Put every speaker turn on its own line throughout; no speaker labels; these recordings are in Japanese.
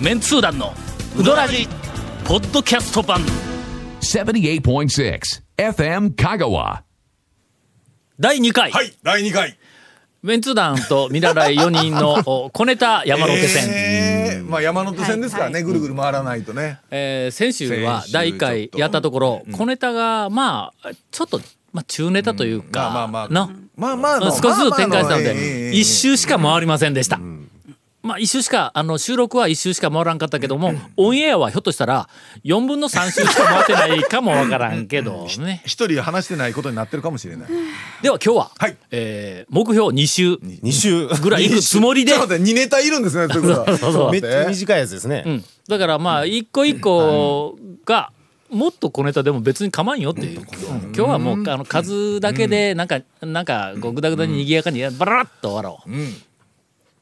メンツー団のウドラジポッドキャスト版
78.6 FM Kagawa.
第2回、
はい、第2回。
メンツー団と見習い4人の お小ネタ山手線、え
えーまあ山手線ですからね、ぐるぐる回らないとね。
ー先週は
先週
第1
ちょ
回
っと
やったところ小ネタがまあちょっと、まあ、中ネタというか、
まあまあまあ
な
まあまあの、
少しずつ展開したの
まあまあえええ
で
え
一周しか回りませんでした。まあ一周しかあの収録は一周しか回らんかったけどもオンエアはひょっとしたら4分の3周しか回ってないかもわからんけどね。
一人話してないことになってるかもしれない。
では今日は、
はい
えー目標2周
二週
ぐらい行くつもりで
ちょっと待って、2ネタいるんですね、ということは。
そうそう
めっちゃ短いやつですね。
うんだからまあ一個一個がもっと小ネタでも別に構わんよっていう、うん今日はもうあの数だけでなんか、なんかこうグダグダに賑やかにバラッと終わろう、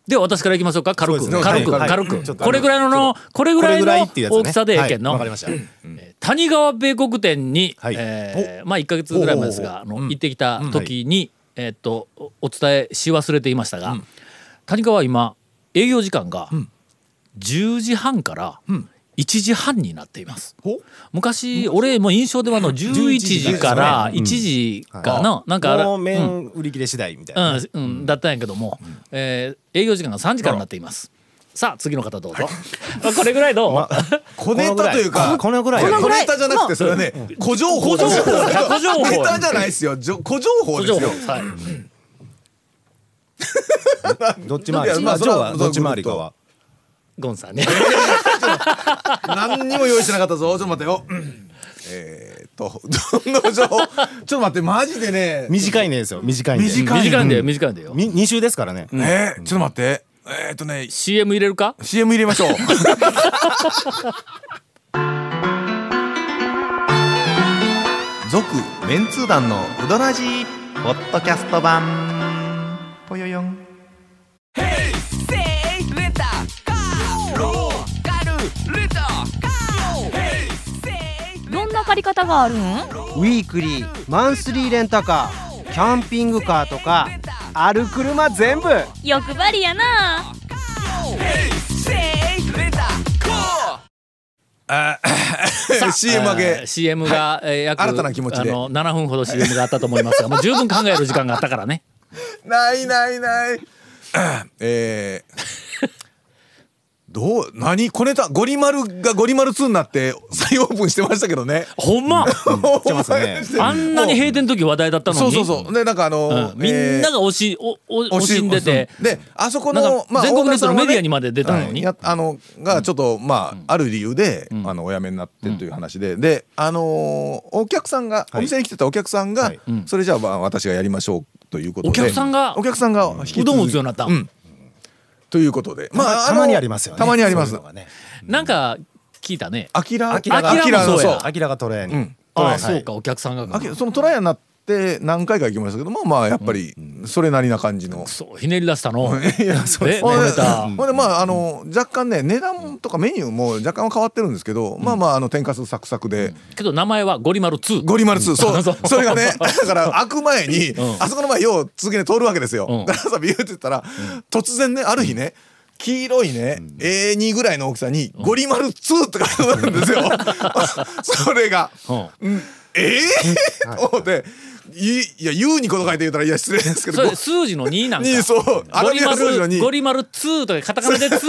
では私からいきましょうか軽く、
そうですね
軽く、
はい
軽く、
はいちょっと
これぐらいののこれぐ
こ
ら
れ
い
ぐ
の
らいっていうやつね。
大きさでええけんの、
はいわかりました。
えー谷川米国店に、
はい
えーまあ1か月ぐらい前ですがあの行ってきた時に、えーっとおお伝えし忘れていましたが、谷川は今営業時間が10時半から1時半になっています。
ほ
昔俺も印象ではあの11時から1時かな、なんかあれ
もう麺売り切れ次第みたいな。
うんうん、だったんやけども、えー営業時間が3時間になっています。さあ次の方どうぞ。まあこれぐらいどう、
小ネタというか、
このぐらい
小
こ
ネ
の
小
ぐら
ネ
い
タじゃなくて、それはね、小情報ですよ。
小情報小情報
ネタじゃないですよ。じょ小情報
ご
です
情
よ
報。はい
どっち回
いや
り？
ま
ま
あ
あ
そ
ジ
れ
ョー
は
はどっち回りかは。
ゴンさんね。
何にも用意してなかったぞ。ちょっと待ってよ。うんえーっと、どんな情報ちょ っと待って、マジでね。
短いねですよ。短いんで。
短
短いんだよ短いんだよ
み二週ですからね。
えーちょっと待って。えーっとね、
CM 入れる か
CM 入れましょう。
続メンツー団のウドラジーポッドキャスト版ぽよよん
どんな借り方があるん
ウィークリーマンスリーレンタカーキャンピングカーとかある車全部
欲張りやな
あ CM 明
えー
け。
CM が、えー約
新たな気持ちで
あの7分ほど CM があったと思いますがもう十分考える時間があった からね
ないないない。 えー、どう何小ネタゴリ丸がゴリ丸2になって再オープンしてましたけどね。
ほんま
して
ま すね
あんなに閉店の時話題だったの
そ
に
うそうそう。でなんかあの、
うんみんなが惜しおお惜しんでて
えーであそこ
なん
の
か全国ネットのメディアに
まあ
まで出たの
はい
に、
やあのがちょっと、まあ、ある理由で、あのお辞めになってという話で、であのーお客さんが、
はい
お店に来てたお客さんが、
はい
それじゃあ、まあ、私がやりましょうということで
お客さんが
お客さんが引き続き
うどんを打つようになった
んということで
まあ
の
たまにありますよね。
たまにあります
そういうのがね。
なんか聞いたね
アキラア
キラがアキラもそうや
アキラがトレーニング。
ああ、
はい
そうかお客さんが
アキラそのトライアになって何回か行きましたけどまあまあやっぱりそれなりな感じの、
そうひねり出したの
いや
そうですね
ほんで
ネタ
ほんでまああの若干ね値段とかメニューも若干は変わってるんですけど、まあまああの天かすサクサクで、
けど名前はゴリマル2
ゴリ丸2、そう
そう
それが ねだから開く前に、あそこの前よう次に通るわけですよ、
うん
だからさビューって言ったら、突然ねある日ね黄色いね、A2 ぐらいの大きさに「ゴリ丸2」って書いてあるんですよ それが。
うん
うんええー、と思って「いいや U にこと書いて言うたらいや失礼ですけ
そ
ど
れ数字の2なんか
にそうア
ゴ
ラ
リ
ビア
マ
数字の
ル
2
ゴリマル2とかカタカナで2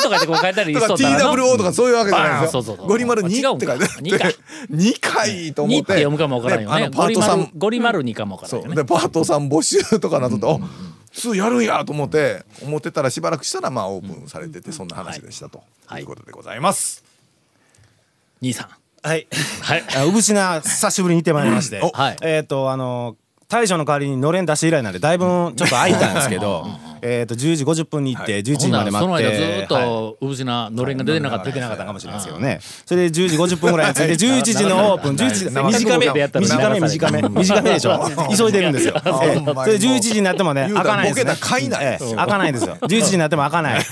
と かでこう書いたりし
だか
そ
ら
うだな
TWO とかそういうわけじゃないですよ。
うんそうそうそう
ゴリマル2
違うん
っ
か
て書いて
二
あ
か
って、2回と思
にっ
っ
て
て。
読むかもわからんよね。
であのパ
ゴ
ー
リ
ト
マ
さ
ル
ん、
ゴリマルにかもわから
そ
んよ
う。
ね
で、。パートさん募集とかなっとって、あ、2やるんやと思って、思ってたらしばらくしたら、まあオープンされてて、そんな話でしたと。
はい
いうことでございます。
兄さん。
はい。
はい。
あ産品久しぶりに行ってまいりまして
お
はい。
えっとあの大将の代わりにのれん出して以来なんでだいぶんちょっと空いたんですけどえっと10時50分に行って11
ほん
時
な
ま
ら
で
その
待っ
間
て
ずーっ
はい
とウブジナのれんが出てなかった。
出てなかったかもしれないですけどね。それで10時50分ぐらいに着いて11時のオープン、11時
長
短め
長
長
短め短め短めでしょ。急いでるんですよ。
あ
ええ
ほんまにもう
それで11時になってもね
言う
開
たら
かないですね
ボケたら買いな
ええ開かないですよ。11時になっても開かない。で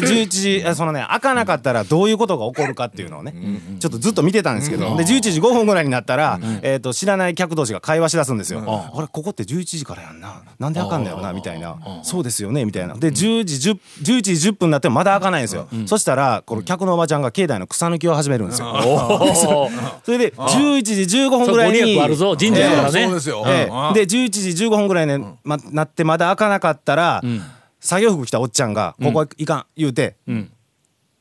11時えそのね開かなかったらどういうことが起こるかっていうのをね、ちょっとずっと見てたんですけど、で11時5分ぐらいになったらえっと知らない客同士が会話しだすんですよ。あれここって11時からやんな。なんで開かんだよなみたいな。そうですよ。よねみたいなで10時 10, 11時10分になってもまだ開かないんですよ、そしたらこの客のおばちゃんが境内の草抜きを始めるんですよ、
おー
それで11時15分ぐらい
そうご利
に
益あるぞ神社だからね
そうですよ。
ええ
うん
で11時15分ぐらいに、ま、なってまだ開かなかったら、作業服着たおっちゃんが「ここはいかん」言うて、
ん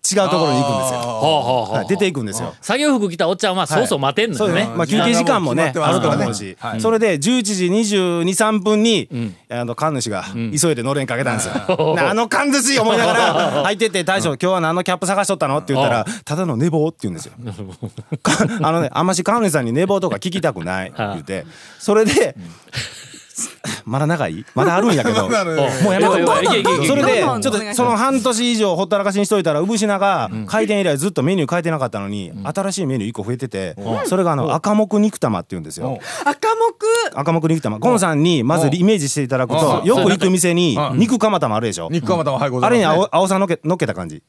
違うところに行くんですよ、
ほうほうほう
はい出ていくんですよ。
作業服着たおっちゃんはそうそう待てんの
そう
よ
で
ね、
すね。まあ休憩時間もね
時間がも
ある
う決まってます
と
からねは、
思うし
い
それで11時22、3分に
ん
あの神主が急いでのれんかけたんです よ。なあの神主思いながら入ってって大将今日は何のキャップ探しとったのって言ったらただの寝坊って言う んですよ。かあのねあんまし神主さんに寝坊とか聞きたくないって言 ってそれで。 まだ長いまだあるんや けど
まだあるね
もうやめとこう
いやいやいやいやいやいや
それでち
ど
ょ
ん
っ
どん
と
お願いします
その半年以上ほったらかしにしといたら産品が開店以来ずっとメニュー変えてなかったのに新しいメニュー1個増えててそれがあの赤目肉玉っていうんですよ
赤目
赤目肉玉ゴンさんにまずイメージしていただくと
うん
よく行く店に
うん
肉釜玉あるでしょ
肉釜玉はいござ
あ
いま
れ
す
に
ね
青青さのっけのっけた感じ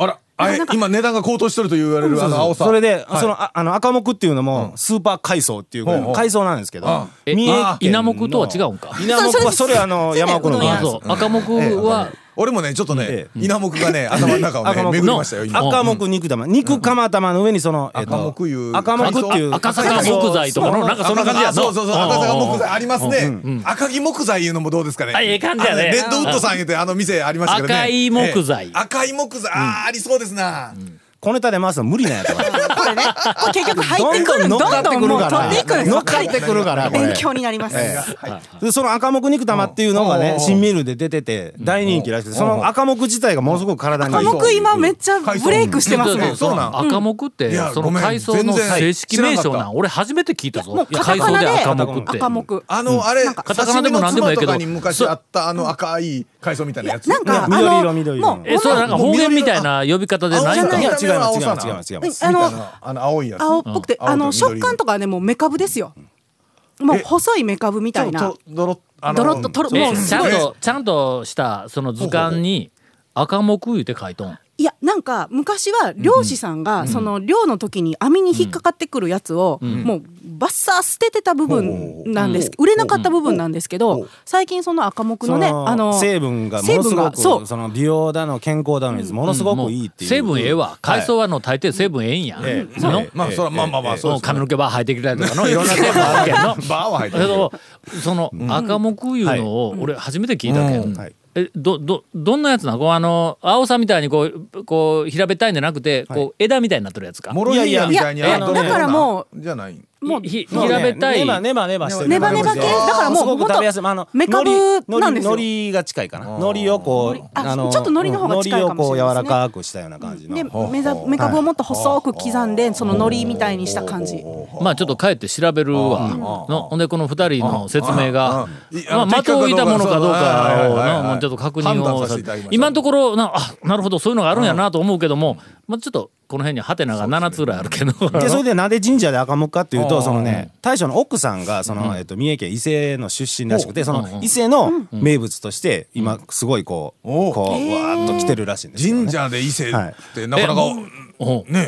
あら、あれ今値段が高騰してると言われるあの青さ。
それで
はい
そのああの赤目っていうのもスーパー海藻っていうぐらいの海藻なんですけど
うん
え
三重県の
あ稲目とは違うんか
稲目はそれあの山奥の
うどん
あ
屋
そう赤目は、
俺もねちょっとね
え
稲目がね頭の中をね
赤目
巡りましたよ今。
赤目肉玉肉釜玉の上にそのえっと
赤目いう
赤目っていう
赤坂木材とかのなんかそんな感じや
あそうそうそう
あ
赤坂木材ありますね。赤木木材いうのもどうですかね。
あええ感じやね
あのレッドウッドさん言うてあの店ありましたけどね。
赤い木材
ええ赤い木材あーありそうですな。
小ネタで回すの無理なん やと思う
これねこれ結局
ど
入っ
ん
てく
ど
る
ん乗
ど
っ
ん
かって
ど
く
んも
る
う
か
飛ん
ら
でいくんです
乗
よ
っかってくるからこれ
勉強になります
でその赤目肉玉っていうのがね新メニューで出てて大人気らしくてその赤目自体がものすごく体にいい
赤目今めっちゃブレイクしてますね
そうなん
赤目って
いや
その
ごめん
海藻の
全然
正式名称
知らな
な
か
ん俺初めて聞いたぞ
もうカタ
海
カ
藻
ナで
で赤目って
赤目
あのあれ
カタカナ
刺
で
身
も
の
何でもえ
妻
え
と
けど
かに昔あったあの赤い海藻みたいなやつ。
なんかあ
ね
の
緑色緑色
もう
えそれなんか方言みたいな呼び方でないんか
あ
い
じ
や
ゃ
違います違います違います違います
あの
あの青いやつ。
青っぽくて、
うん
あの
青と緑
食感とかはねもうメカブですよもう
え
細いメカブみたいな
とドロッあの
ドロッととろも
え
うす
ちゃ
ご
ん
い
とちゃんとしたその図鑑に赤目言うて書いとん
いやなんか昔は漁師さんがその漁の時に網に引っかかってくるやつをもうバッサー捨ててた部分なんです売れなかった部分なんですけど最近その赤目のねあの
成分がものすご
成分が
く
そう
その美容だの健康だのにものすご
も
く
う
いいっていう
成分ええわ海藻はの大抵成分ええんや
ええ
の
ええ
まあそらまあまあまあ
そ
そううです
髪
ね。
の毛ば生えてきたりとかのいろんな成分あるけんの
バーは入って
け
るけど。
どその赤目いうのを俺初めて聞いたけ
うんん
はい
えどどどんなやつなのこうあの青さみたいにこうこう平べったいんじゃなくてこう、枝みたいになってるやつか。
モロヘイヤみたいに
いやいや
あの
だからもう
じゃない。
もう
ひ
もうね
平べったい、
ネバネバネバしてる
ネバネバ系
感じで
だからもう
すごく
ほんと
食べやすいあの
メカブなんですよ
海苔が近いかな海苔をこう
あちょっと海苔の方が近
海苔
いかもしれないですね
をこう柔らかくしたような感じの
でメザメカブをもっと細く刻んでその海苔みたいにした感じ
まあちょっと帰って調べるわのほんでこの二人の説明が
うん
まあ
うん
的を置いたものかどうか
はい
を
はいはいは
ないもうちょっと確認
判断
を
させていただきました
今のところなあなるほどそういうのがあるんやなと思うけどもまあちょっとこの辺にハテナが七つぐらいあるけど
でそれでなんで神社で赤目かっていう
あ
と
ー
そのね大将の奥さんがその、えっと、三重県伊勢の出身らしくてそ
うんう
の伊勢の名物として今すごいこう、
お
こうわーっと来てるらしいんですよ、ね。
神社で伊勢ってなかなか
はい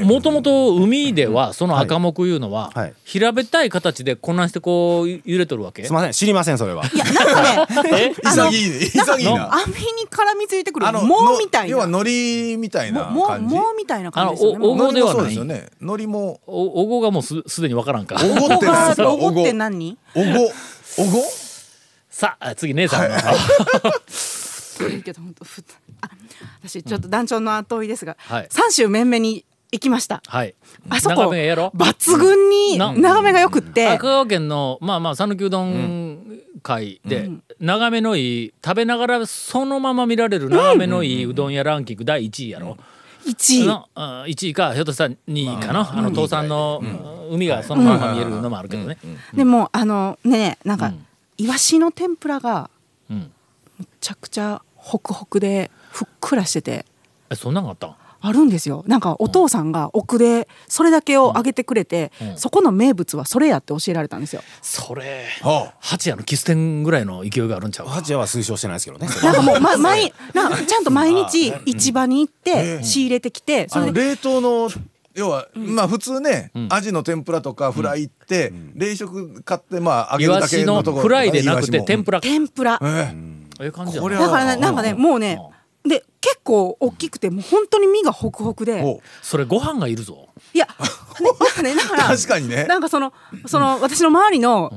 もともと海ではその赤目いうのは
はい
平べったい形で混乱してこう揺れとるわけ
すみません知りませんそれは。
いやなんか
え
ね
潔い潔いな。
網に絡みついてくるもうみたい
要は
なも
海苔みたいな
う
感じ。
もうみたいな
あ
感
の
じですよ
お
ね
おごで
海苔も
はな
そうです
い
よね。海苔も
おおごがもうすすでにわからんか
おごってなんですか。
お
お
ご
ご。
って何
おご。おご。
さあ次姉さんの
いいけど本当ふあ私ちょっと団長の後追いですが、
はい
三週面々に行きました
はい
あそこ
眺めええやろ
抜群に
な
眺めがよくって
香川県のまあまあ讃岐うどん会で、眺めのいい食べながらそのまま見られる眺めのいいうどん屋ランキング第1位やろ、
一位
のあ1位かひょっとしたら2位かな、あの倒産の、海がそのまま見えるのもあるけどね、
でもあのねなんか、イワシの天ぷらが
うん
むちゃくちゃホクホクでふっくらしてて
えそんなんがあったん
あるんですよなんかお父さんが奥でそれだけをあげてくれて、
うん
そこの名物はそれやって教えられたんですよ
それ
は
八谷のキス店ぐらいの勢いがあるんちゃうか
八夜は推奨してないですけどね。
なんかもう、ま、毎なんかちゃんと毎日市場に行って仕入れてきて
あ
それ
の
で
冷凍の。要は、まあ普通ね、アジの天ぷらとかフライって、冷食買ってまあ揚
イ
げる
ワ
だけ
シ
の
の
ところ
フライでなくて天
ぷ
ぷら
天ぷら
ら。ええ
ええ感じやな
これは
だからねなんかねもうねで結構大きくてもう本当に身がホクホクで
お
それご飯がいるぞ
いや、ね、なんかねだから
確かにね
なんかそのその私の周りの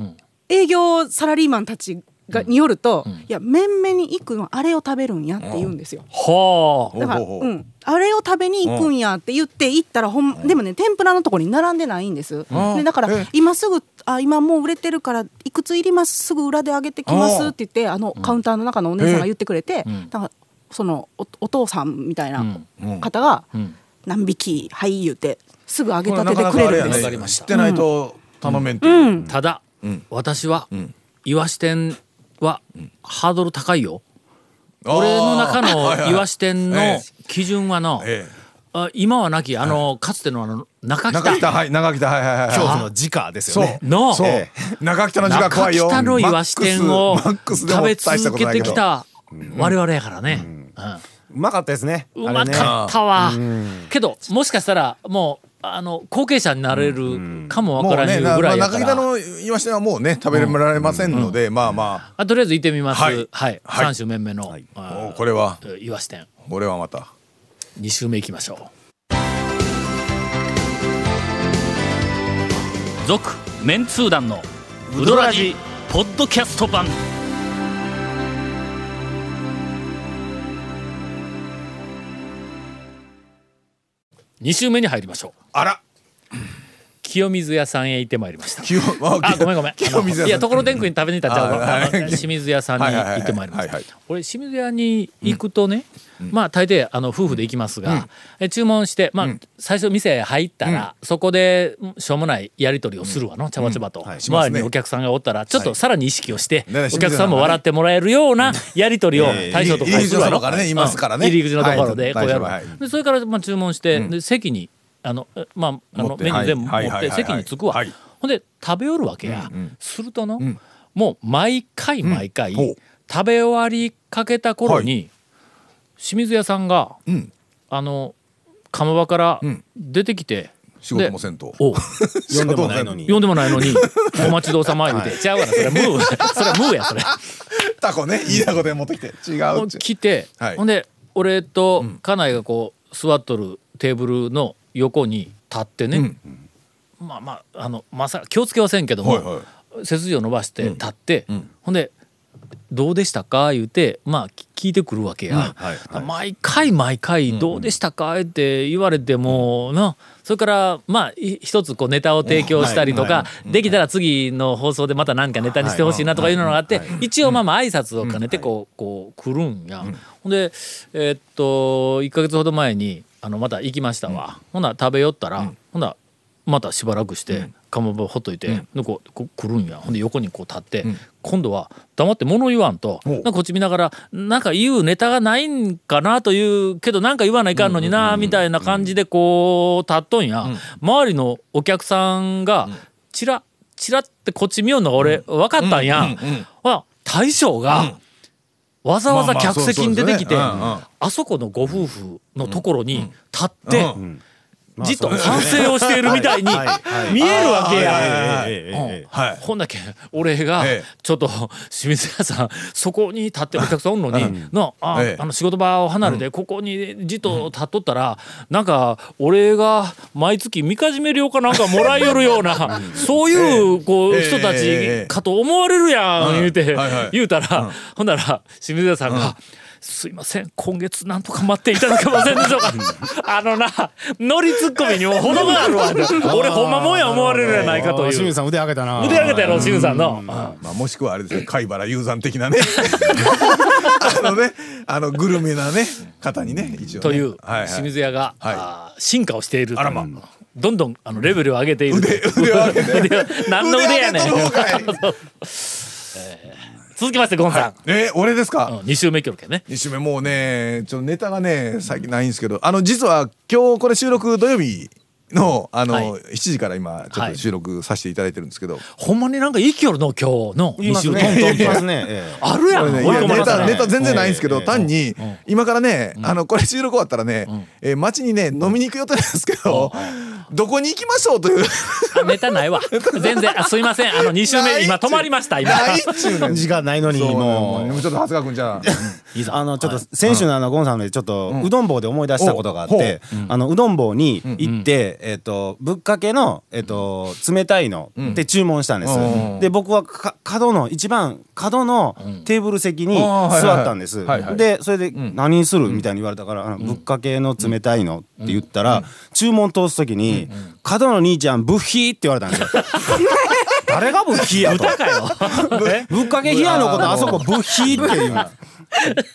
営業サラリーマンたちがによると、いや面々に行くのはあれを食べるんやって言うんですよ。
はあ
だから、
ほうほうほ
う、
うん
あれを食べに行くんやって言って行ったらほん、でもね天ぷらのとこに並んでないんです、
ん
でだから
え
今すぐあ今もう売れてるからいくついりますすぐ裏であげてきます
あー
って言ってあのカウンターの中のお姉さんが言ってくれて、
ん
なんかそのおお父さんみたいな
うん
方が
うん
何匹はい言うてすぐあげ
これ
たて
なか
て
な
く
か
れ
あれ
る
や
んです。
わかり
ね
まし
知
た
ってないと頼めんって
う、
いうん
ただ、
ん
私は、
ん
イワシ店は、ハードル高いよ
あー
俺の中のイワシ店
え
の
え
基準はの、
ええ
あ今はなきあのかつてのあの中北
中北はい長北はいはいはい
恐怖
は
の時価です
いそ
よね
う
の
そう
え
中北の字が怖いよ
中北のイワシ店を
マックス
食
マッ
べ
クスでも大した
続
こと
け
ない
て
ど
きた我々やからね、うん
うまかったですね
うまかったわ、けどもしかしたらもうあの後継者になれるかもわ
も
か
う
らへ
ね
ん
な
ぐ
ま
ら
あ
いやか
中
ら、
北のイワシ店はもうね食べられませんのでまあま
あとりあえず行ってみますは、
はいいはい
3週目目の、
あも
あ
うこれは
イワシ店
これはまた
2週目行きましょう続メンツー団のウドラジポッドキャスト版2週目に入りましょう
あら
清水屋さんへ行ってまいりました
清
あごめんごめん
清水
あの
屋さん
いやところてんくに食べに行ったんちゃうわ
あはい
あの清水屋さんに行ってまいりまし
は
た
いはいはいはいはい
俺清水屋に行くとね、まあ大抵あの夫婦で行きますが、え注文して、まあ最初店へ入ったら、そこでうんしょうもないやり取りをするわの、ちゃばちゃばと、
はいします
周
ね
りにお客さんがおったらちょっとさらに意識をして、
ね
お客さんも笑ってもらえるようなやり取りを大将と
入り
するわの
口のとこからねいますからね
うん入り口のところでこ
は
う
い
やるわ、
大丈夫はい
でそれからまあ注文して、で席にあのえまああ
持
の
って
メニュー全部持っ
はい
て、
はいはいはい
席に着くわ、
はい
ほんで食べよるわけや、するとの、もう毎回毎回、
ほう
食べ終わりかけた頃に、清水屋さんが、
ん
あの釜場から
ん
出てきて、
仕事もせんと
おう
読んでもないのに
呼んでもないのに「お待ちどうさま」言うて「ちゃうわなそれム ーそれムーやそれ」
タコねいいタコで持ってきて違うっちゅう
来て、
はい
ほんで俺と家内がこう座っとるテーブルの横に立ってね、まあまああのまさ気をつけはせんけども、
はいはい
背筋を伸ばして立って、ほんで「どうでしたか?」言うてまあき聞いてくるわけや、
はいはい
毎回毎回「どうでしたか?」って言われてもなそれからまあい一つこうネタを提供したりとかできたら次の放送でまた何かネタにしてほしいなとかいうのがあって一応まあまあ挨拶を兼ねてこうこう来るんやほんでえーっと1ヶ月ほど前にあのまた行きましたわほな食べよったらほなまたしばらくして釜場ほっといて、でこうこう来るんやほんで横にこう立って、今度は黙って物言わんとなんかこっち見ながらなんか言うネタがないんかなというけどなんか言わないかんのになみたいな感じでこう立っとんや、周りのお客さんがチラッチラッってこっち見よんのが俺分かったんや、ほら大将がわざわざ客席に出てきて
まあまあそうそうそうですねうんうん
あそこのご夫婦のところに立って。じっと反省をしているみたいに
はいはい
見えるわけ
はい
や。
はいはい
ええええええ
はい
ほんだけ俺が
ええ
ちょっと清水屋さんそこに立ってお客さんおんのになあ
ええ
あの仕事場を離れてここにじっと立っとったらなんか俺が毎月みかじめ料かなんかもらいよるようなそういうこう
ええ
人た
えええ
ち
え
かと思われるやん
うん
言うて
はいはい
言うたらほんなら清水屋さんが「すいません今月なんとか待っていただけませんでしょうかあのな乗りツッコミにも程があるわ俺ほんまもんや思われるやないかとい
あー
う
清水さん腕上げたな
腕上げたやろ、しんさんの。
まあ、もしくはあれですね貝原雄山的 なねあのねあのグルメなね方にね一応ね
という
はいはい、
清水屋が、
はい
あー進化をしていると
あらま
どんどんあのレベルを上げている
腕腕を上げて
腕を 何の腕やねん
腕上げとる方かい
続きましてゴンさん、
え俺ですか、
うん、2週目協力ね
二週目もうねちょっとネタがね最近ないんですけどあの実は今日これ収録土曜日のあの、
はい
7時から今ちょっと収録させていただいてるんですけど、
ほんまになんか息よるの今日の
言い
2
ます
週
ね
トントン
言いますねええ
あるやん
これねい
追い
や
込まれ
ネ
た
タ
ら
ネタ全然ないんですけ
え
ど
え
単に今からねあのこれ収録終わったらねえー街にね飲みに行く予定なんですけどどこに行きましょうという。
あネタない わ。全然、あ、すいません。あの、2週
ないっ
目、
ちゅう
今止まりました、今。
ないっちゅうねん。
時間ないのに
そう
も
ね
う
もうちょっと長谷川君じゃあ。
いいぞ
あのちょっと先週のあのゴンさんでちょっとうどん坊で思い出したことがあっ
ほ
て
う
あのうどん坊に行ってえっとぶっかけのえっと冷たいのって注文したんです
うん
で僕はか角の一番角のテーブル席に
うんあーはいはい
座ったんです
はいはい
でそれで「何する?」みたいに言われたからあの「ぶっかけの冷たいの」って言ったら注文通す時に「角の兄ちゃんブッヒー」って言われたんですよ誰がブッヒーやと
豚かよ。え
ぶっかけ冷やのことあそこブヒーっていうの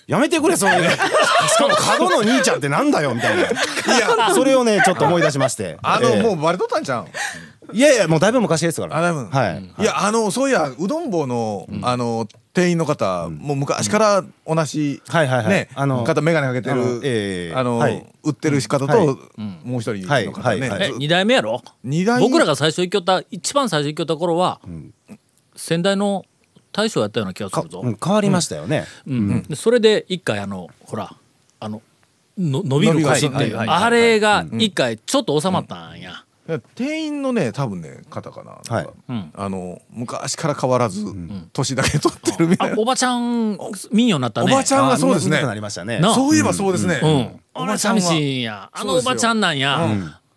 やめてくれそういうねしかも角の兄ちゃんってなんだよみたいなそれをねちょっと思い出しまして
あの、
ええ
もうバレとったんじゃん。
いやいやもうだいぶ昔ですから
あだいぶ
はい
いやあのそういやうどん坊の、あの店員の方、もう昔から同じ、
はいはいはい
ね
あの
方眼鏡かけて
あの
る
ええ
あの、
はい
売ってる方と、
はい
もう一人の方ね、
はいはい
ず
は
え、2代目やろ
二代目
僕らが最初行きよった、一番最初行きよった頃は、先代の大将やったような気がす
か
るぞ
う。ん変わりましたよね
うんでそれで一回あのほらあのの伸びる腰って
伸
い
びる
う
腰はいはいはい
あれが一回ちょっと収まったんや、
店員のね多分ね方かななんか、
いうん
あの昔から変わらず、年だけ取ってるみたい
あ
な、
おばちゃん民謡になったね
おばちゃんがそうですね
あなりましたね
なあ
そういえばそうですね、
うん
お
お
ば
ば
ち
ち
ゃ
ゃ
ん
ん
は
しいんやあのお
そうですよ
ばちゃんなんや、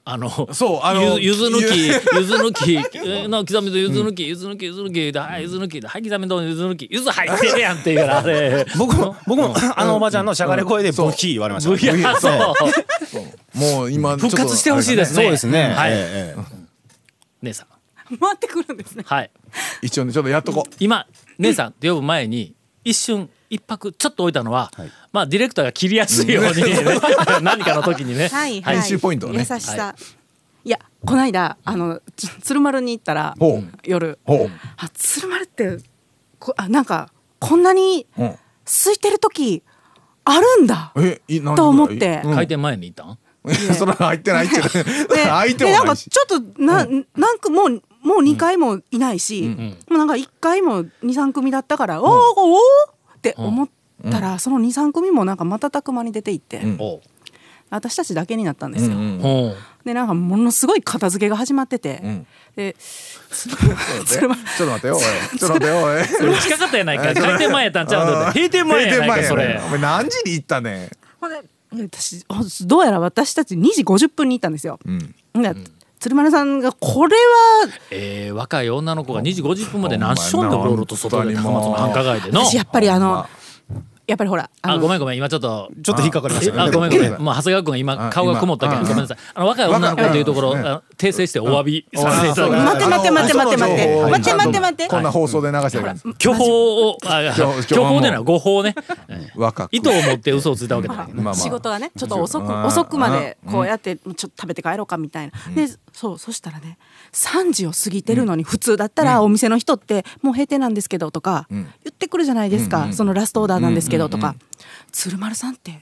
あの
そうあの
ゆゆず抜き
ゆ
ゆず抜 きえーの刻みとゆず抜きゆず抜きゆず抜きではいゆず抜きではい刻みとゆず抜きゆず入ってるやんって言うからあ れ
僕も僕も あのおばちゃんのしゃがれ声でブヒー言われましたね
いやそう
もう今
復活してほしい
す
ですね
そうですね
はい、
えええ
姉さん
回ってくるんですね
はい
一応ねちょっとやっとこう
今姉さんって呼ぶ前に一瞬一泊ちょっと置いたのは、
はい
まあディレクターが切りやすいように、 何かの時にね、
はい、
編集ポイントをね
優しさ、、
はい
やこの間あのつ鶴丸に行ったら
ほう
夜
ほ
あ鶴丸ってこあなんかこんなに
う、うん、
空いてる時あるんだ
えい何
と思って
うん
開店前にいたん、
いや それは入ってないっちゅうね
で
入っても
でなん
な
か
いし
ちょっとな,、ん、なんかもうもう2回もいないし、もうなんか1回も23組だったから、おーおーって思ったら、その23組もなんか瞬く間に出ていって、
ん
おう
私たちだけになったんですよ。
おう
でなんかものすごい片付けが始まってて、
ん
で
ちょっと待ってよ、おい。ちょっと待ってよ、おい。
近かったやないか開店前やったんちゃうんだって閉店前やないかそ
閉店前や
れ
ねお前何時に行ったね。
ほんで私ほんどうやら私たち2時50分に行ったんですよ。
うん。
で鶴丸さんがこれは
えー、若い女の子が2時50分まで何しょんでおろうろと外で高松の繁華街での
私やっぱりあのやっぱりほら
あ
の
ごめんごめん今ちょっと
えちょっと引っかかりました
あ
ね
ごめんごめん、まあ、長谷川君が今顔が曇ったけ
あ
どご
今
めんなさいあの若い女の子というところ、
うん
あの訂正してお詫びさせていただきます
待って待って待って待って待って
あの
待って待って待って
こんな放送で流してるやつ。
巨峰をあ
巨峰
巨峰でない誤報ねええ
若く。
糸を持って嘘をついたわけだけどね
まあまあ
仕事がねちょっと遅
うん
く遅くまでこうやってちょっと食べて帰ろうかみたいな、でそうそしたらね3時を過ぎてるのに普通だったらお店の人って「もう閉店なんですけど」とか言ってくるじゃないですか、そのラストオーダーなんですけどとか、鶴丸さんって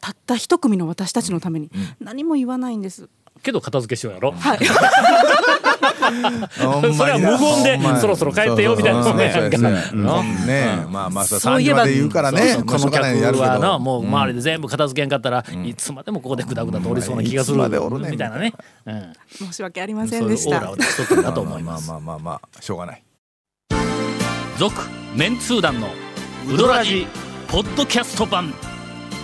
たった一組の私たちのために何も言わないんです。
けど片付けしようやろ
はい、
ほんまにな
それは無言で
ほんまに
そろそろ帰ってよみたいな
そうそうそう
そ
そう
う
そう
や
ね。まあまあ、
そう
3
いえ
時ま
ば
で言うから
そう
ね
そう。
ま
こ
あし
の
ょうが
客
ないやるけ
はな
ど
もう周りで全部片付けんかったら、いつまでもここでグダグダ通りそうな気がする、
うんいつまでおるねん
みたいなね、うん、
申し訳ありませ
そ
ん
ういうオ
でし
ーラ
た
を。出しとったんだと思い
ま
ま
あ
す
まあまあまあ、しょうがない。
続メンツー団のウドラジポッドキャスト版